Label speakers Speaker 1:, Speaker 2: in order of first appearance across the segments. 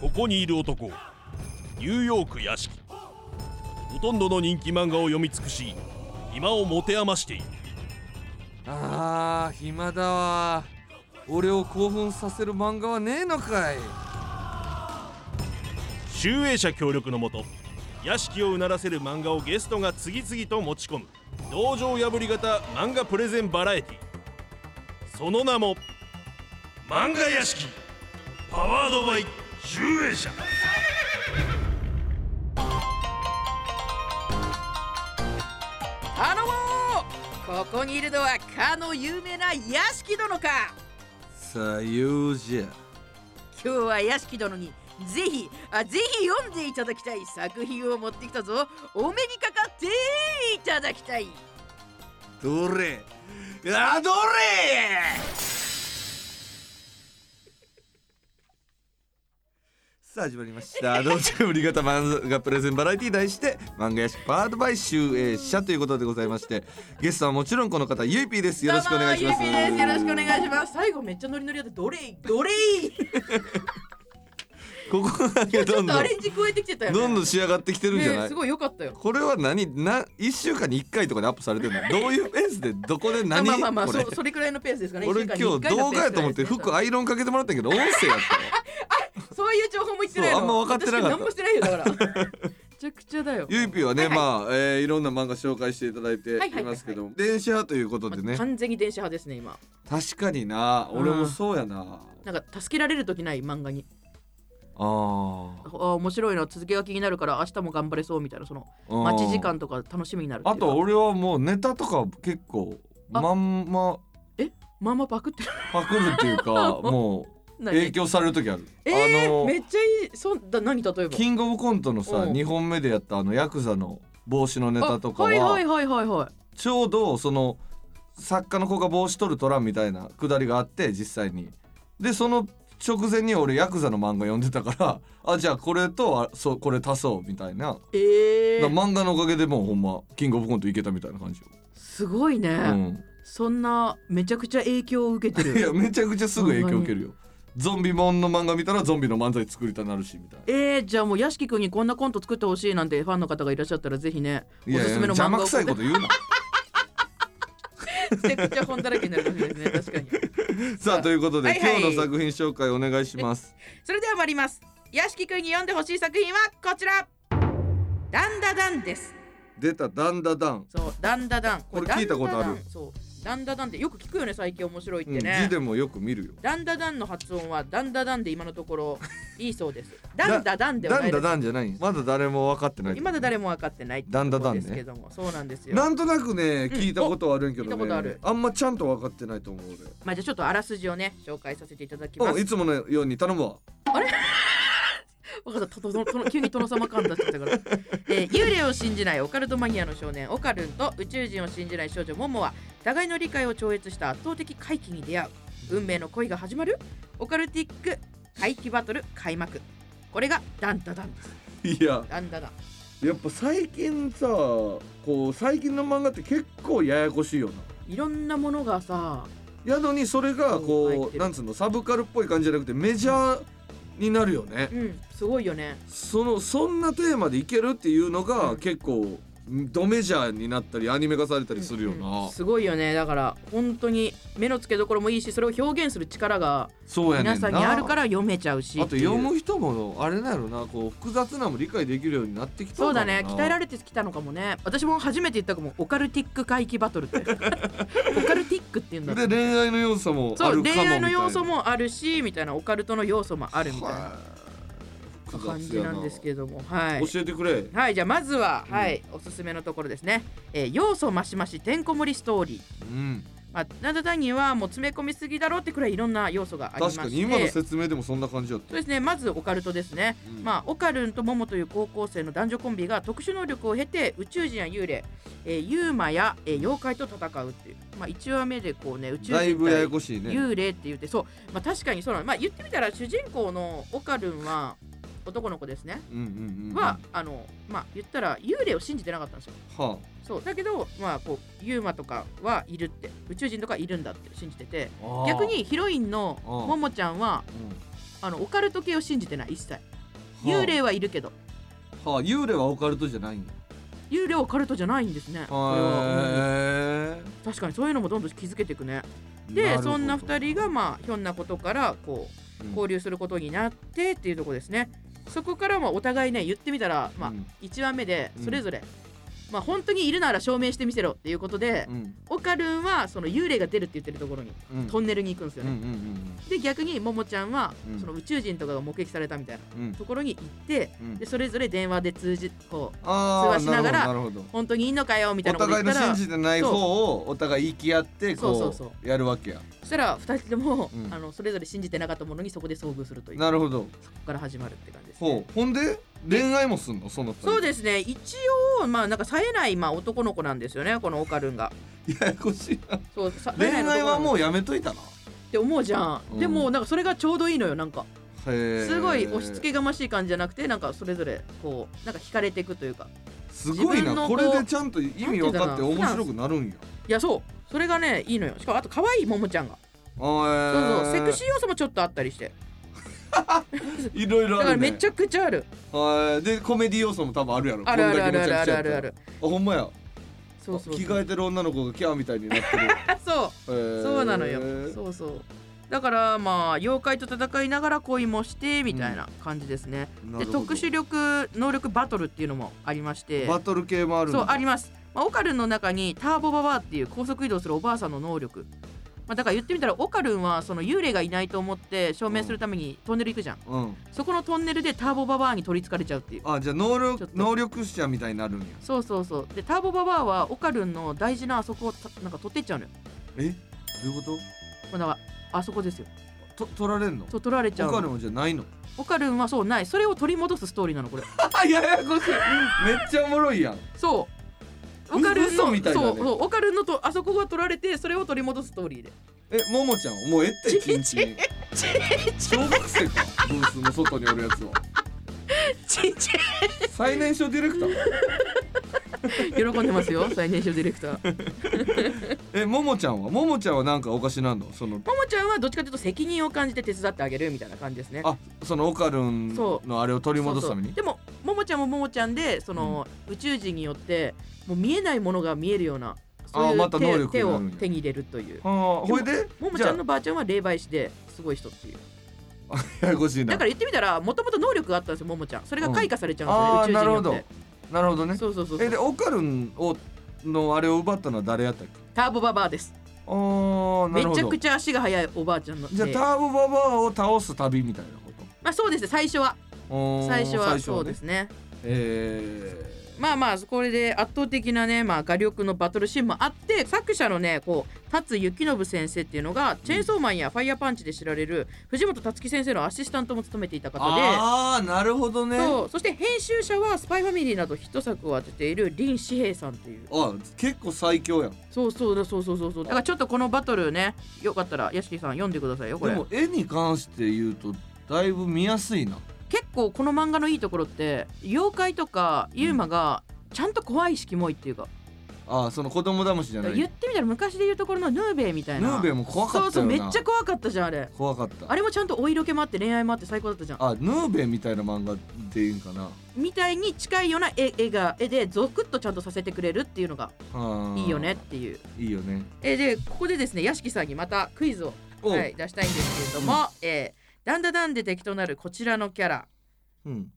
Speaker 1: ここにいる男ニューヨーク屋敷ほとんどの人気漫画を読み尽くし暇を持て余している
Speaker 2: あー暇だわ俺を興奮させる漫画はねえのかい
Speaker 1: 集英社協力のもと屋敷をうならせる漫画をゲストが次々と持ち込む道場破り型漫画プレゼンバラエティその名も「漫画屋敷パワードバイ集英社」
Speaker 3: あのー、ここにいるのはかの有名な屋敷殿か
Speaker 2: さようじゃ
Speaker 3: 今日は屋敷殿にぜひあぜひ読んでいただきたい作品を持ってきたぞお目にかかっていただきたい
Speaker 2: どれあどれ さあ始まりました「道中売り方漫画プレゼンバラエティ」題して漫画屋敷パートバイ集英社ということでございましてゲストはもちろんこの方ゆいぴーですよろしくお願いします
Speaker 3: どうもゆうぴーですよろしくお願いします最後めっちゃノリノリだったどれいどれい
Speaker 2: ここだけ
Speaker 3: ち
Speaker 2: ど
Speaker 3: ょっ
Speaker 2: ん
Speaker 3: と
Speaker 2: ど
Speaker 3: ア
Speaker 2: ん
Speaker 3: レンジ加えてきてたよね
Speaker 2: どんどん仕上がってきてるんじゃない、
Speaker 3: ねすごい良かったよ
Speaker 2: これは何な1週間に1回とかでアップされ てるのどういうペースでどこで
Speaker 3: あ
Speaker 2: 何
Speaker 3: まあまあまあ
Speaker 2: こ
Speaker 3: そ
Speaker 2: れ
Speaker 3: うそれくらいのペースですかね
Speaker 2: 俺
Speaker 3: 一
Speaker 2: 今日
Speaker 3: 週間に
Speaker 2: 動
Speaker 3: 一回のペース
Speaker 2: 画やと思って
Speaker 3: くらいですね
Speaker 2: 服アイロンかけてもらったけど音声やったよ
Speaker 3: そういう情報も言ってないの
Speaker 2: そうあんま分かってなかった
Speaker 3: 私何もしてないよだから めちゃくちゃだよ
Speaker 2: ゆいぴはね、まあ、えーいろんな漫画紹介していただいて
Speaker 3: はいはい
Speaker 2: いますけども、電車ということでね、
Speaker 3: 完全に電車派ですね今
Speaker 2: 確かにな、
Speaker 3: うん
Speaker 2: 俺もそうやな。
Speaker 3: なんか助けられる時ない漫画に
Speaker 2: あ
Speaker 3: あ面白いな続きが気になるから明日も頑張れそうみたいなその
Speaker 2: あ。
Speaker 3: 待ち時間とか楽しみになるってい
Speaker 2: あ
Speaker 3: うか
Speaker 2: と、俺はもうネタとか結構、
Speaker 3: あ
Speaker 2: まんま
Speaker 3: まあまあパクって
Speaker 2: パクるって いうか、もう
Speaker 3: ない
Speaker 2: 影響される時ある。
Speaker 3: えー
Speaker 2: あの
Speaker 3: めっちゃいいそうだ何例えば
Speaker 2: キングオブコントのさ、
Speaker 3: うん
Speaker 2: 2本目でやったあのヤクザの帽子のネタとか
Speaker 3: あはいはい
Speaker 2: は、
Speaker 3: はいはいはい
Speaker 2: ちょうどその作家の子が帽子取る取らんみたいなくだりがあって実際にでその直前に俺ヤクザの漫画読んでたからあじゃあこれとあそうこれ足そうみたいな、
Speaker 3: え
Speaker 2: だ
Speaker 3: ー、
Speaker 2: から漫画のおかげでもうほんまキングオブコントいけたみたいな感じよ、
Speaker 3: すごいね、
Speaker 2: う
Speaker 3: そんなめちゃくちゃ影響を受けて
Speaker 2: ん、いや
Speaker 3: る
Speaker 2: めちゃくちゃすぐ影響受けるよゾンビもんの漫画見たらゾンビの漫才作りたなるしみたいな
Speaker 3: えー、じゃあもう屋敷くんにこんなコント作ってほしいなんてファンの方がいらっしゃったらぜひねお
Speaker 2: いや
Speaker 3: す
Speaker 2: いや
Speaker 3: すめの
Speaker 2: 邪
Speaker 3: 漫
Speaker 2: 魔
Speaker 3: 画を
Speaker 2: くさいこと言うな
Speaker 3: めちゃくちゃ本だらけになるかもしれないですね確かに
Speaker 2: さあということで、
Speaker 3: はいはい
Speaker 2: 今日の作品紹介お願いします
Speaker 3: それでは参ります屋敷くんに読んでほしい作品はこちらダンダダンです
Speaker 2: 出たダンダダン、
Speaker 3: そうダンダダン
Speaker 2: これ聞いたことある
Speaker 3: ダンダダンそうダンダダンってよく聞くよね最近面白いって
Speaker 2: うん、
Speaker 3: ね、
Speaker 2: 字でもよく見るよ
Speaker 3: ダンダダンの発音はダンダダンで今のところ いいそうです。ダンダダンでは
Speaker 2: ダ
Speaker 3: ない
Speaker 2: ンダ
Speaker 3: です。
Speaker 2: ダンじゃないんですまだ誰も分かってない
Speaker 3: 今だ誰も分かってないって
Speaker 2: ダンダ
Speaker 3: こ
Speaker 2: ダ
Speaker 3: と
Speaker 2: ンね
Speaker 3: ですけども、そうなんですよ。
Speaker 2: なんとなくね
Speaker 3: うん
Speaker 2: 聞いたことはあるんやけど
Speaker 3: お聞いたこと
Speaker 2: ね
Speaker 3: ある
Speaker 2: あんまちゃんと分かってないと思う
Speaker 3: まあじゃあちょっとあらすじをね紹介させていただき
Speaker 2: 俺
Speaker 3: ま
Speaker 2: うん
Speaker 3: す
Speaker 2: い。つものように頼む わ
Speaker 3: 若さんとととの急に殿様感出しちゃったから、えー幽霊を信じないオカルトマニアの少年オカルンと宇宙人を信じない少女モモは互いの理解を超越した圧倒的怪奇に出会う運命の恋が始まるオカルティック怪奇バトル開幕これがダンダダンです
Speaker 2: いや
Speaker 3: ダンダダン
Speaker 2: やっぱ最近さこう最近の漫画って結構ややこしいよない
Speaker 3: ろんなものがさ
Speaker 2: やのにそれが
Speaker 3: うん入っ
Speaker 2: こ
Speaker 3: て
Speaker 2: う
Speaker 3: る
Speaker 2: なんつうのサブカルっぽい感じじゃなくてメジャーになるよね
Speaker 3: うんすごいよね
Speaker 2: そのそんなテーマでいけるっていうの
Speaker 3: う
Speaker 2: が
Speaker 3: ん
Speaker 2: 結構ドメジャーになったりアニメ化されたりするよ
Speaker 3: うんう
Speaker 2: なん
Speaker 3: すごいよねだから本当に目の付けどころもいいしそれを表現する力が
Speaker 2: そうやね
Speaker 3: 皆
Speaker 2: ん
Speaker 3: さ
Speaker 2: なん
Speaker 3: にあるから読めちゃうし
Speaker 2: あ
Speaker 3: って
Speaker 2: と
Speaker 3: いう
Speaker 2: 読む人もあれだろうなこう複雑なのも理解できるようになってきた
Speaker 3: そうだね鍛えら
Speaker 2: れ
Speaker 3: れてきたのかもね私も初めて言ったかもオカルティック回帰バトルって オカルティックっていうんだ
Speaker 2: で恋愛の要素もあ
Speaker 3: そう
Speaker 2: るかもみたい
Speaker 3: 恋
Speaker 2: な
Speaker 3: 愛の要素もあるしみたいなオカルトの要素もあるみたいな
Speaker 2: は
Speaker 3: 感じなんです
Speaker 2: ど、
Speaker 3: けどもはい
Speaker 2: 教えてくれ
Speaker 3: はいじゃあまずは、
Speaker 2: うん
Speaker 3: はいおすすめのところですね、えー要素増し増してんこ盛りストーリー
Speaker 2: うん
Speaker 3: まあ、なんだ単にはもう詰め込みすぎだろうってくらいいろんな要素がありまし
Speaker 2: 確
Speaker 3: て
Speaker 2: かに今の説明でもそんな感じだった
Speaker 3: そうですねまずオカルトですね、
Speaker 2: うん
Speaker 3: まあ、オカルンとモモという高校生の男女コンビが特殊能力を経て宇宙人や幽霊、えー、ユーマや、えー妖怪と戦うっていう、まあ、1話目でこうね宇宙
Speaker 2: だい
Speaker 3: 人
Speaker 2: ぶやや
Speaker 3: 対
Speaker 2: こしいね
Speaker 3: 幽霊って言ってそう、まあ、確かにそうなの、まあ、言ってみたら主人公のオカルンは男の子ですね
Speaker 2: うんうんうん
Speaker 3: はあのまあ言ったら幽霊を信じてなかったんですよ
Speaker 2: は
Speaker 3: そうだけどまあこうユーマとかはいるって宇宙人とかいるんだって信じてて
Speaker 2: ああー
Speaker 3: 逆にヒロインの
Speaker 2: うん
Speaker 3: ももちゃんは
Speaker 2: うん
Speaker 3: あのオカルト系を信じてない一切幽霊はいるけど
Speaker 2: はあ幽霊はオカルトじゃないんだ
Speaker 3: 幽霊はカルトじゃないんですねこれは、
Speaker 2: へ
Speaker 3: うん確かにそういうのもどんどん気づけていくね
Speaker 2: え
Speaker 3: でそんな
Speaker 2: 人
Speaker 3: 2人がまあひょんなことからこう交流することになってっていうとこですねそこからまあお互いね言ってみたらまあ
Speaker 2: うん
Speaker 3: 1話目で
Speaker 2: うん
Speaker 3: それぞれ、まあ本当にいるなら証明してみせろっていうことで、
Speaker 2: うん
Speaker 3: オカルンはその幽霊が出るって言ってるところに
Speaker 2: うん
Speaker 3: トンネルに行くんです
Speaker 2: う
Speaker 3: よ
Speaker 2: んう
Speaker 3: ね、
Speaker 2: んうん
Speaker 3: で逆にももちゃんは
Speaker 2: うん
Speaker 3: その宇宙人とかが目撃されたみたいな
Speaker 2: うん
Speaker 3: ところに行って
Speaker 2: うん
Speaker 3: でそれぞれ電話で通じこう
Speaker 2: ああ
Speaker 3: 通話しながら
Speaker 2: なるほどなる
Speaker 3: 本当にいいのかよみたい
Speaker 2: ほ
Speaker 3: な
Speaker 2: どお
Speaker 3: こと言
Speaker 2: 互
Speaker 3: っ
Speaker 2: いの
Speaker 3: た
Speaker 2: 信
Speaker 3: らそ
Speaker 2: じてない方をお互い行き合ってこう
Speaker 3: そうそう
Speaker 2: やるわけや
Speaker 3: したら2人とも、
Speaker 2: うん
Speaker 3: あのそれぞれ信じてなかったものにそこで遭遇するという
Speaker 2: なるほど
Speaker 3: そこから始まるって感じです、ね。
Speaker 2: ほうほんで恋愛もすんのその二人
Speaker 3: そうですね一応まあなんか冴えない、まあ、男の子なんですよねこのオカルンが
Speaker 2: ややこしいな
Speaker 3: そうさ
Speaker 2: 恋愛はも
Speaker 3: う
Speaker 2: うやめといたな
Speaker 3: って思うじゃん、
Speaker 2: うん
Speaker 3: でもなんかそれがちょうどいいのよなんか
Speaker 2: へえ
Speaker 3: すごい押し付けがましい感じじゃなくてなんかそれぞれこうなんか惹かれていくというか
Speaker 2: すごい
Speaker 3: 自分
Speaker 2: な
Speaker 3: の
Speaker 2: こ
Speaker 3: こう
Speaker 2: れでちゃんと意味分かって
Speaker 3: なんていう
Speaker 2: 面
Speaker 3: かな
Speaker 2: 白くなるんや
Speaker 3: いやそうそれがねいいのよしかもあと可愛いももちゃんがそう
Speaker 2: あ
Speaker 3: そうセクシー要素もちょっとあったりして
Speaker 2: ーいろい
Speaker 3: だ
Speaker 2: ろ
Speaker 3: か
Speaker 2: あ
Speaker 3: ら
Speaker 2: る
Speaker 3: め
Speaker 2: ね
Speaker 3: ちゃくちゃある
Speaker 2: はいでコメディ要素も多分あるやろ
Speaker 3: あるある
Speaker 2: こ
Speaker 3: あ
Speaker 2: ん
Speaker 3: る
Speaker 2: だ
Speaker 3: あ
Speaker 2: けめち
Speaker 3: るある
Speaker 2: ゃくちゃ
Speaker 3: ある
Speaker 2: や
Speaker 3: あ
Speaker 2: ったら
Speaker 3: る
Speaker 2: あほんまや
Speaker 3: そうそうそう
Speaker 2: 着替えてる女の子がキャーみたいになってる
Speaker 3: そう
Speaker 2: へー
Speaker 3: そうなのよそうそうだからまあ妖怪と戦いながら恋もしてみたいな感じですね、
Speaker 2: な
Speaker 3: で
Speaker 2: るほど
Speaker 3: 特殊力能力バトルっていうのもありまして
Speaker 2: バトル系もあるんだ
Speaker 3: そうあります、まあ、オカルンの中にターボババアっていう高速移動するおばあさんの能力、まあ、だから言ってみたらオカルンはその幽霊がいないと思って証明するためにトンネル行くじゃん、
Speaker 2: うん
Speaker 3: そこのトンネルでターボババアに取りつかれちゃうっていう
Speaker 2: あじゃあ能
Speaker 3: ちょっ
Speaker 2: 力
Speaker 3: と
Speaker 2: 能力者みたいになるんや
Speaker 3: そうそうそうでターボババアはオカルンの大事なあそこをたなんか取ってっちゃうのよ
Speaker 2: えどういうこ
Speaker 3: まあだからあそこですよ
Speaker 2: とと取られんの
Speaker 3: そう取られちゃ
Speaker 2: オ
Speaker 3: う
Speaker 2: カル
Speaker 3: の
Speaker 2: もじゃない の
Speaker 3: オカルンはそうないそれを取り戻すストーリーなのこれ
Speaker 2: あややこしいめっちゃおもろいやん
Speaker 3: そう。
Speaker 2: う
Speaker 3: オカルンの、
Speaker 2: 嘘みたいだね
Speaker 3: そうそうオカルンのとあそこが取られてそれを取り戻すストーリーで。
Speaker 2: えももちゃんもうええって禁止
Speaker 3: ち
Speaker 2: 小学生かブースの外におるやつは
Speaker 3: ちち
Speaker 2: 最年少ディレクター
Speaker 3: 喜んでますよ最年少ディレクター。
Speaker 2: えももちゃんはももちゃんはなんかおかしなんのその
Speaker 3: ももちゃんはどっちかというと責任を感じて手伝ってあげるみたいな感じですね。
Speaker 2: あそのオカルン
Speaker 3: そ
Speaker 2: のあれを取り戻すために
Speaker 3: そうそうでもももちゃんもももちゃんでその、宇宙人によってもう見えないものが見えるようなそう
Speaker 2: あ
Speaker 3: い
Speaker 2: ま
Speaker 3: う
Speaker 2: た
Speaker 3: 手,、
Speaker 2: 能力に
Speaker 3: 手
Speaker 2: なる
Speaker 3: を
Speaker 2: んや
Speaker 3: 手に入れるという。
Speaker 2: はあほいで
Speaker 3: ももちゃんのばあちゃんは霊媒師ですごい人っていう
Speaker 2: ややこしい
Speaker 3: だ
Speaker 2: な
Speaker 3: から言ってみたらもともと能力があったんですよももちゃんそれが開花されちゃ
Speaker 2: あ
Speaker 3: うん
Speaker 2: あ
Speaker 3: ですよ、
Speaker 2: なる
Speaker 3: ね
Speaker 2: ほ
Speaker 3: 宇宙
Speaker 2: ど
Speaker 3: 人によって
Speaker 2: なるほどね
Speaker 3: そうそうそうそう
Speaker 2: えでオカルンをのあれを奪ったのは誰やったっけ
Speaker 3: ターボババアです
Speaker 2: あーな
Speaker 3: め
Speaker 2: るほ
Speaker 3: ちゃ
Speaker 2: ど
Speaker 3: くちゃ足が速いおばあちゃんの
Speaker 2: じゃあ
Speaker 3: え
Speaker 2: タ
Speaker 3: ー
Speaker 2: ーボババアを倒す旅みたいなこ
Speaker 3: まあそうですね最初は
Speaker 2: とおー
Speaker 3: 最初は
Speaker 2: ね
Speaker 3: そうですね
Speaker 2: えー
Speaker 3: まあまあこれで圧倒的なね、まあ、画力のバトルシーンもあって作者のねこう達幸信先生っていうのがチェーンソーマンやファイヤーパンチで知られる藤本達樹先生のアシスタントも務めていた方で
Speaker 2: ああなるほどね
Speaker 3: そうそして編集者は「スパイファミリー」などヒット作を当てている林志平さんっていう
Speaker 2: あ結構最強やん
Speaker 3: そうそうだそうそうそうそうだからちょっとこのバトルねよかったら屋敷さん読んでくださいよこ
Speaker 2: で
Speaker 3: れ
Speaker 2: も絵に関して言うとだいぶ見やすいな
Speaker 3: 結構この漫画のいいところって妖怪とかユーマがちゃんと怖いしキモいっていうか、
Speaker 2: あーその子供だましじゃない
Speaker 3: 言ってみたら昔で言うところのヌーベイみたい
Speaker 2: ヌ
Speaker 3: な
Speaker 2: ーベイも怖かったよな
Speaker 3: そうそうめっちゃ怖かったじゃんあれ
Speaker 2: 怖かった
Speaker 3: あれもちゃんとお色気もあって恋愛もあって最高だったじゃん
Speaker 2: あヌーベイみたいな漫画でいいんかな
Speaker 3: みたいに近いような絵絵が絵でゾクッとちゃんとさせてくれるっていうのが
Speaker 2: はあ
Speaker 3: いいよねっていう
Speaker 2: いいよね
Speaker 3: えでここでですね屋敷さんにまたクイズを、
Speaker 2: おう
Speaker 3: はい、出したいんですけれども、えーだんだだんで敵となるこちらのキャラ
Speaker 2: うん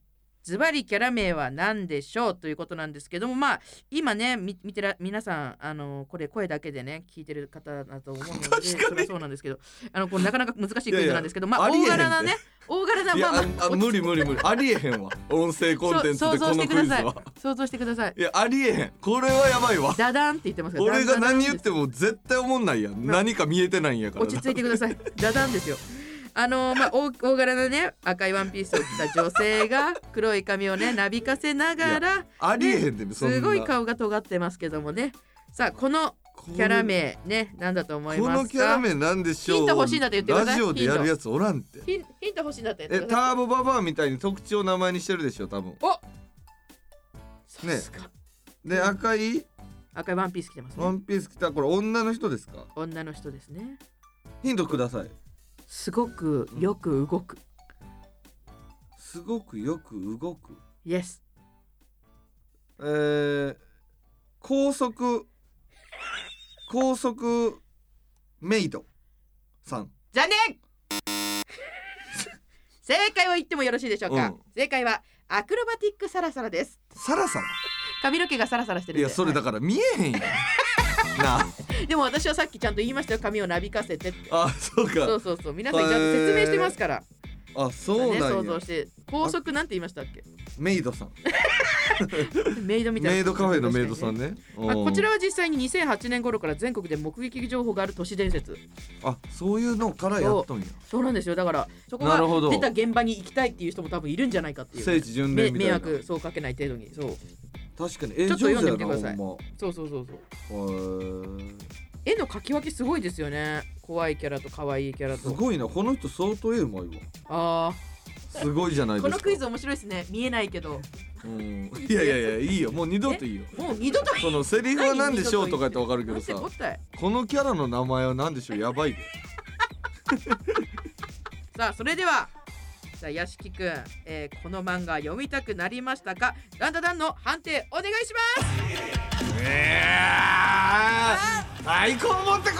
Speaker 3: ズバリキャラ名は何でしょうということなんですけどもまあ今ねみ見てら皆さんあのこれ声だけでね聞いてる方だと思うので
Speaker 2: 確かに
Speaker 3: それはそうなんですけどあのこれなかなか難しいクイズなんですけど
Speaker 2: いやいや
Speaker 3: まあ
Speaker 2: ありえへ
Speaker 3: 大
Speaker 2: ん
Speaker 3: 柄なね大柄ないま
Speaker 2: や
Speaker 3: あま
Speaker 2: ああ
Speaker 3: あ
Speaker 2: 無理無理無理ありえへんわ音声コンテンツでこのクイズ
Speaker 3: そう想像してくだ
Speaker 2: は
Speaker 3: 想像してください
Speaker 2: いやありえへんこれはやばいわ
Speaker 3: ダダンって言ってますから
Speaker 2: 俺が
Speaker 3: ダダン
Speaker 2: 何
Speaker 3: です
Speaker 2: 言っても絶対思んないやん何か見えてないんやから
Speaker 3: 落ち着いてくださいダダンですよあのまあ大大柄なね赤いワンピースを着た女性が黒い髪をねなびかせながら
Speaker 2: ありえへんってそんな
Speaker 3: すごい顔が尖ってますけどもねさあこの
Speaker 2: これ
Speaker 3: キャラ名ね、なんだと思い
Speaker 2: こ
Speaker 3: ますか。
Speaker 2: のキャラ名なんでしょう
Speaker 3: ヒント欲しいなって言ってください
Speaker 2: ラジオでやるやつおらんって
Speaker 3: ヒンヒント欲しいんだって。
Speaker 2: えターボババアみたいに特徴を名前にしてるでしょ多分
Speaker 3: そうっすか
Speaker 2: で赤い
Speaker 3: 赤いワンピース着てます
Speaker 2: ワ
Speaker 3: ね。
Speaker 2: ンピース着たこれ女の人ですか
Speaker 3: 女の人ですね。
Speaker 2: ヒントください
Speaker 3: すごくよく動く。
Speaker 2: すすごくよく動く
Speaker 3: Yes
Speaker 2: えー、高速高速メイドさん
Speaker 3: 残念 正解を言ってもよろしいでしょうか、
Speaker 2: うん
Speaker 3: 正解はアクロバティックサラサラです
Speaker 2: サラサラ
Speaker 3: 髪の毛がサラサラしてるん
Speaker 2: い
Speaker 3: で
Speaker 2: やそれだから見えへんやんなあ
Speaker 3: はいでも私はさっきちゃんと言いましたよ髪をなびかせてって
Speaker 2: あそう
Speaker 3: そ
Speaker 2: か
Speaker 3: うそうそう皆さんちゃんと説明してますから、
Speaker 2: あそう
Speaker 3: ね
Speaker 2: な
Speaker 3: 想
Speaker 2: ん
Speaker 3: 像
Speaker 2: や
Speaker 3: して高速なんて言いましたっけ
Speaker 2: メイドさん
Speaker 3: メイドみたいな
Speaker 2: メイドカフェのメイドさん
Speaker 3: ね
Speaker 2: ね
Speaker 3: まあ、こちら
Speaker 2: は
Speaker 3: は実際に2008年頃から全国で目撃情報がある都市伝説
Speaker 2: あそういうのからやっとんや
Speaker 3: そうなんですよだからそこ
Speaker 2: な
Speaker 3: が
Speaker 2: るほど
Speaker 3: 出た現場に行きたいっていう人も多分いるんじゃないかっていう
Speaker 2: 聖地巡
Speaker 3: め
Speaker 2: 礼みた
Speaker 3: 迷
Speaker 2: いな
Speaker 3: 惑そうかけない程度にそう
Speaker 2: 確かにえ
Speaker 3: ちょっと
Speaker 2: 上
Speaker 3: 読
Speaker 2: 手や
Speaker 3: んでみてくださ
Speaker 2: ないほんま
Speaker 3: そうそうそうそう
Speaker 2: へー
Speaker 3: 絵の描き分けすごいですよね怖いキャラと可愛いキャラ
Speaker 2: す
Speaker 3: と
Speaker 2: ごいなこの人相当絵うまいわ
Speaker 3: あ
Speaker 2: すごいじゃない
Speaker 3: ー
Speaker 2: です
Speaker 3: こ
Speaker 2: か
Speaker 3: のクイズ面白いですね見えないけど
Speaker 2: うんいやいやいやいいよもう二度といいよ
Speaker 3: もう二度と
Speaker 2: そのセリフは何でしょうとかやってわかるけ
Speaker 3: な
Speaker 2: ど
Speaker 3: んて
Speaker 2: さ
Speaker 3: こったい
Speaker 2: このキャラの名前は何でしょうやばいで
Speaker 3: さあそれではさあ屋敷くん、えーこの漫画読みたくなりましたかダンダダンの判定お願いします
Speaker 2: 太鼓持ってこ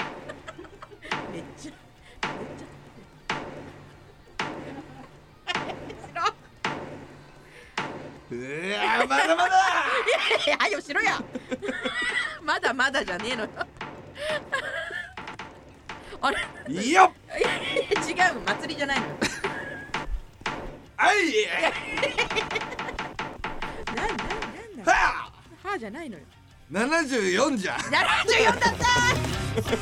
Speaker 3: めっちゃめっちゃ
Speaker 2: い
Speaker 3: し
Speaker 2: いやまだま だ
Speaker 3: ろいや早よしろや まだまだじゃねえのよあれ
Speaker 2: いいよ
Speaker 3: 違う祭りじゃないのよ
Speaker 2: あい
Speaker 3: なんなんなんだ
Speaker 2: は
Speaker 3: 歯じゃないのよ
Speaker 2: 74じゃ
Speaker 3: 74だったち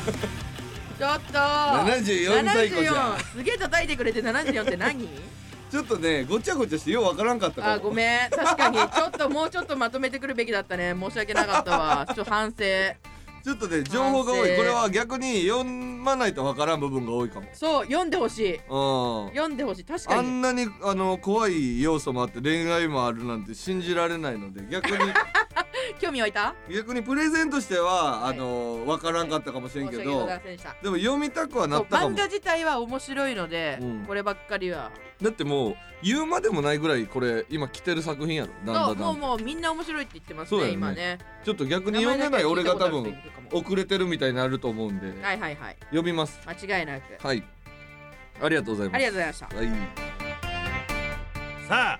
Speaker 3: ょっと
Speaker 2: 74太鼓じゃん
Speaker 3: 74すげえ叩いてくれて74って何
Speaker 2: ちょっとねごちゃごちゃしてようわからんかったかも
Speaker 3: あごめん確かにちょっともうちょっとまとめてくるべきだったね申し訳なかったわちょっと反省
Speaker 2: ちょっとね情報が多
Speaker 3: 反省
Speaker 2: いこれは逆に読まないとわからん部分が多いか
Speaker 3: そう読んでほしい
Speaker 2: もうん
Speaker 3: 読んでほしい確か
Speaker 2: あ
Speaker 3: に
Speaker 2: んなにあの怖い要素もあって恋愛もあるなんて信じられないので逆に
Speaker 3: 興味湧いた
Speaker 2: 逆にプレゼンとしては
Speaker 3: は
Speaker 2: あ
Speaker 3: い
Speaker 2: のわからんかったかもしれん
Speaker 3: 申し
Speaker 2: け
Speaker 3: 訳
Speaker 2: ど、
Speaker 3: ございませんでした
Speaker 2: でも読みたくはな
Speaker 3: そう
Speaker 2: ったかも
Speaker 3: 漫画自体は面白いので、
Speaker 2: うん
Speaker 3: こればっかりは
Speaker 2: だってもう言うまでもないぐらいこれ今来てる作品やろだ
Speaker 3: そうん
Speaker 2: だ
Speaker 3: もうんもうみんな面白いって言ってます
Speaker 2: そう
Speaker 3: ね
Speaker 2: だよね
Speaker 3: 今ね
Speaker 2: ちょっと逆に読めない俺が多分遅れてるみたいになると思うんで
Speaker 3: はいはいはい
Speaker 2: 読みます
Speaker 3: 間違いなく
Speaker 2: はいありがとうございます
Speaker 3: ありがとうございました
Speaker 2: はい
Speaker 1: さあ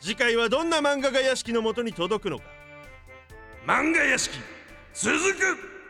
Speaker 1: 次回はどんな漫画が屋敷のもとに届くのか漫画屋敷続く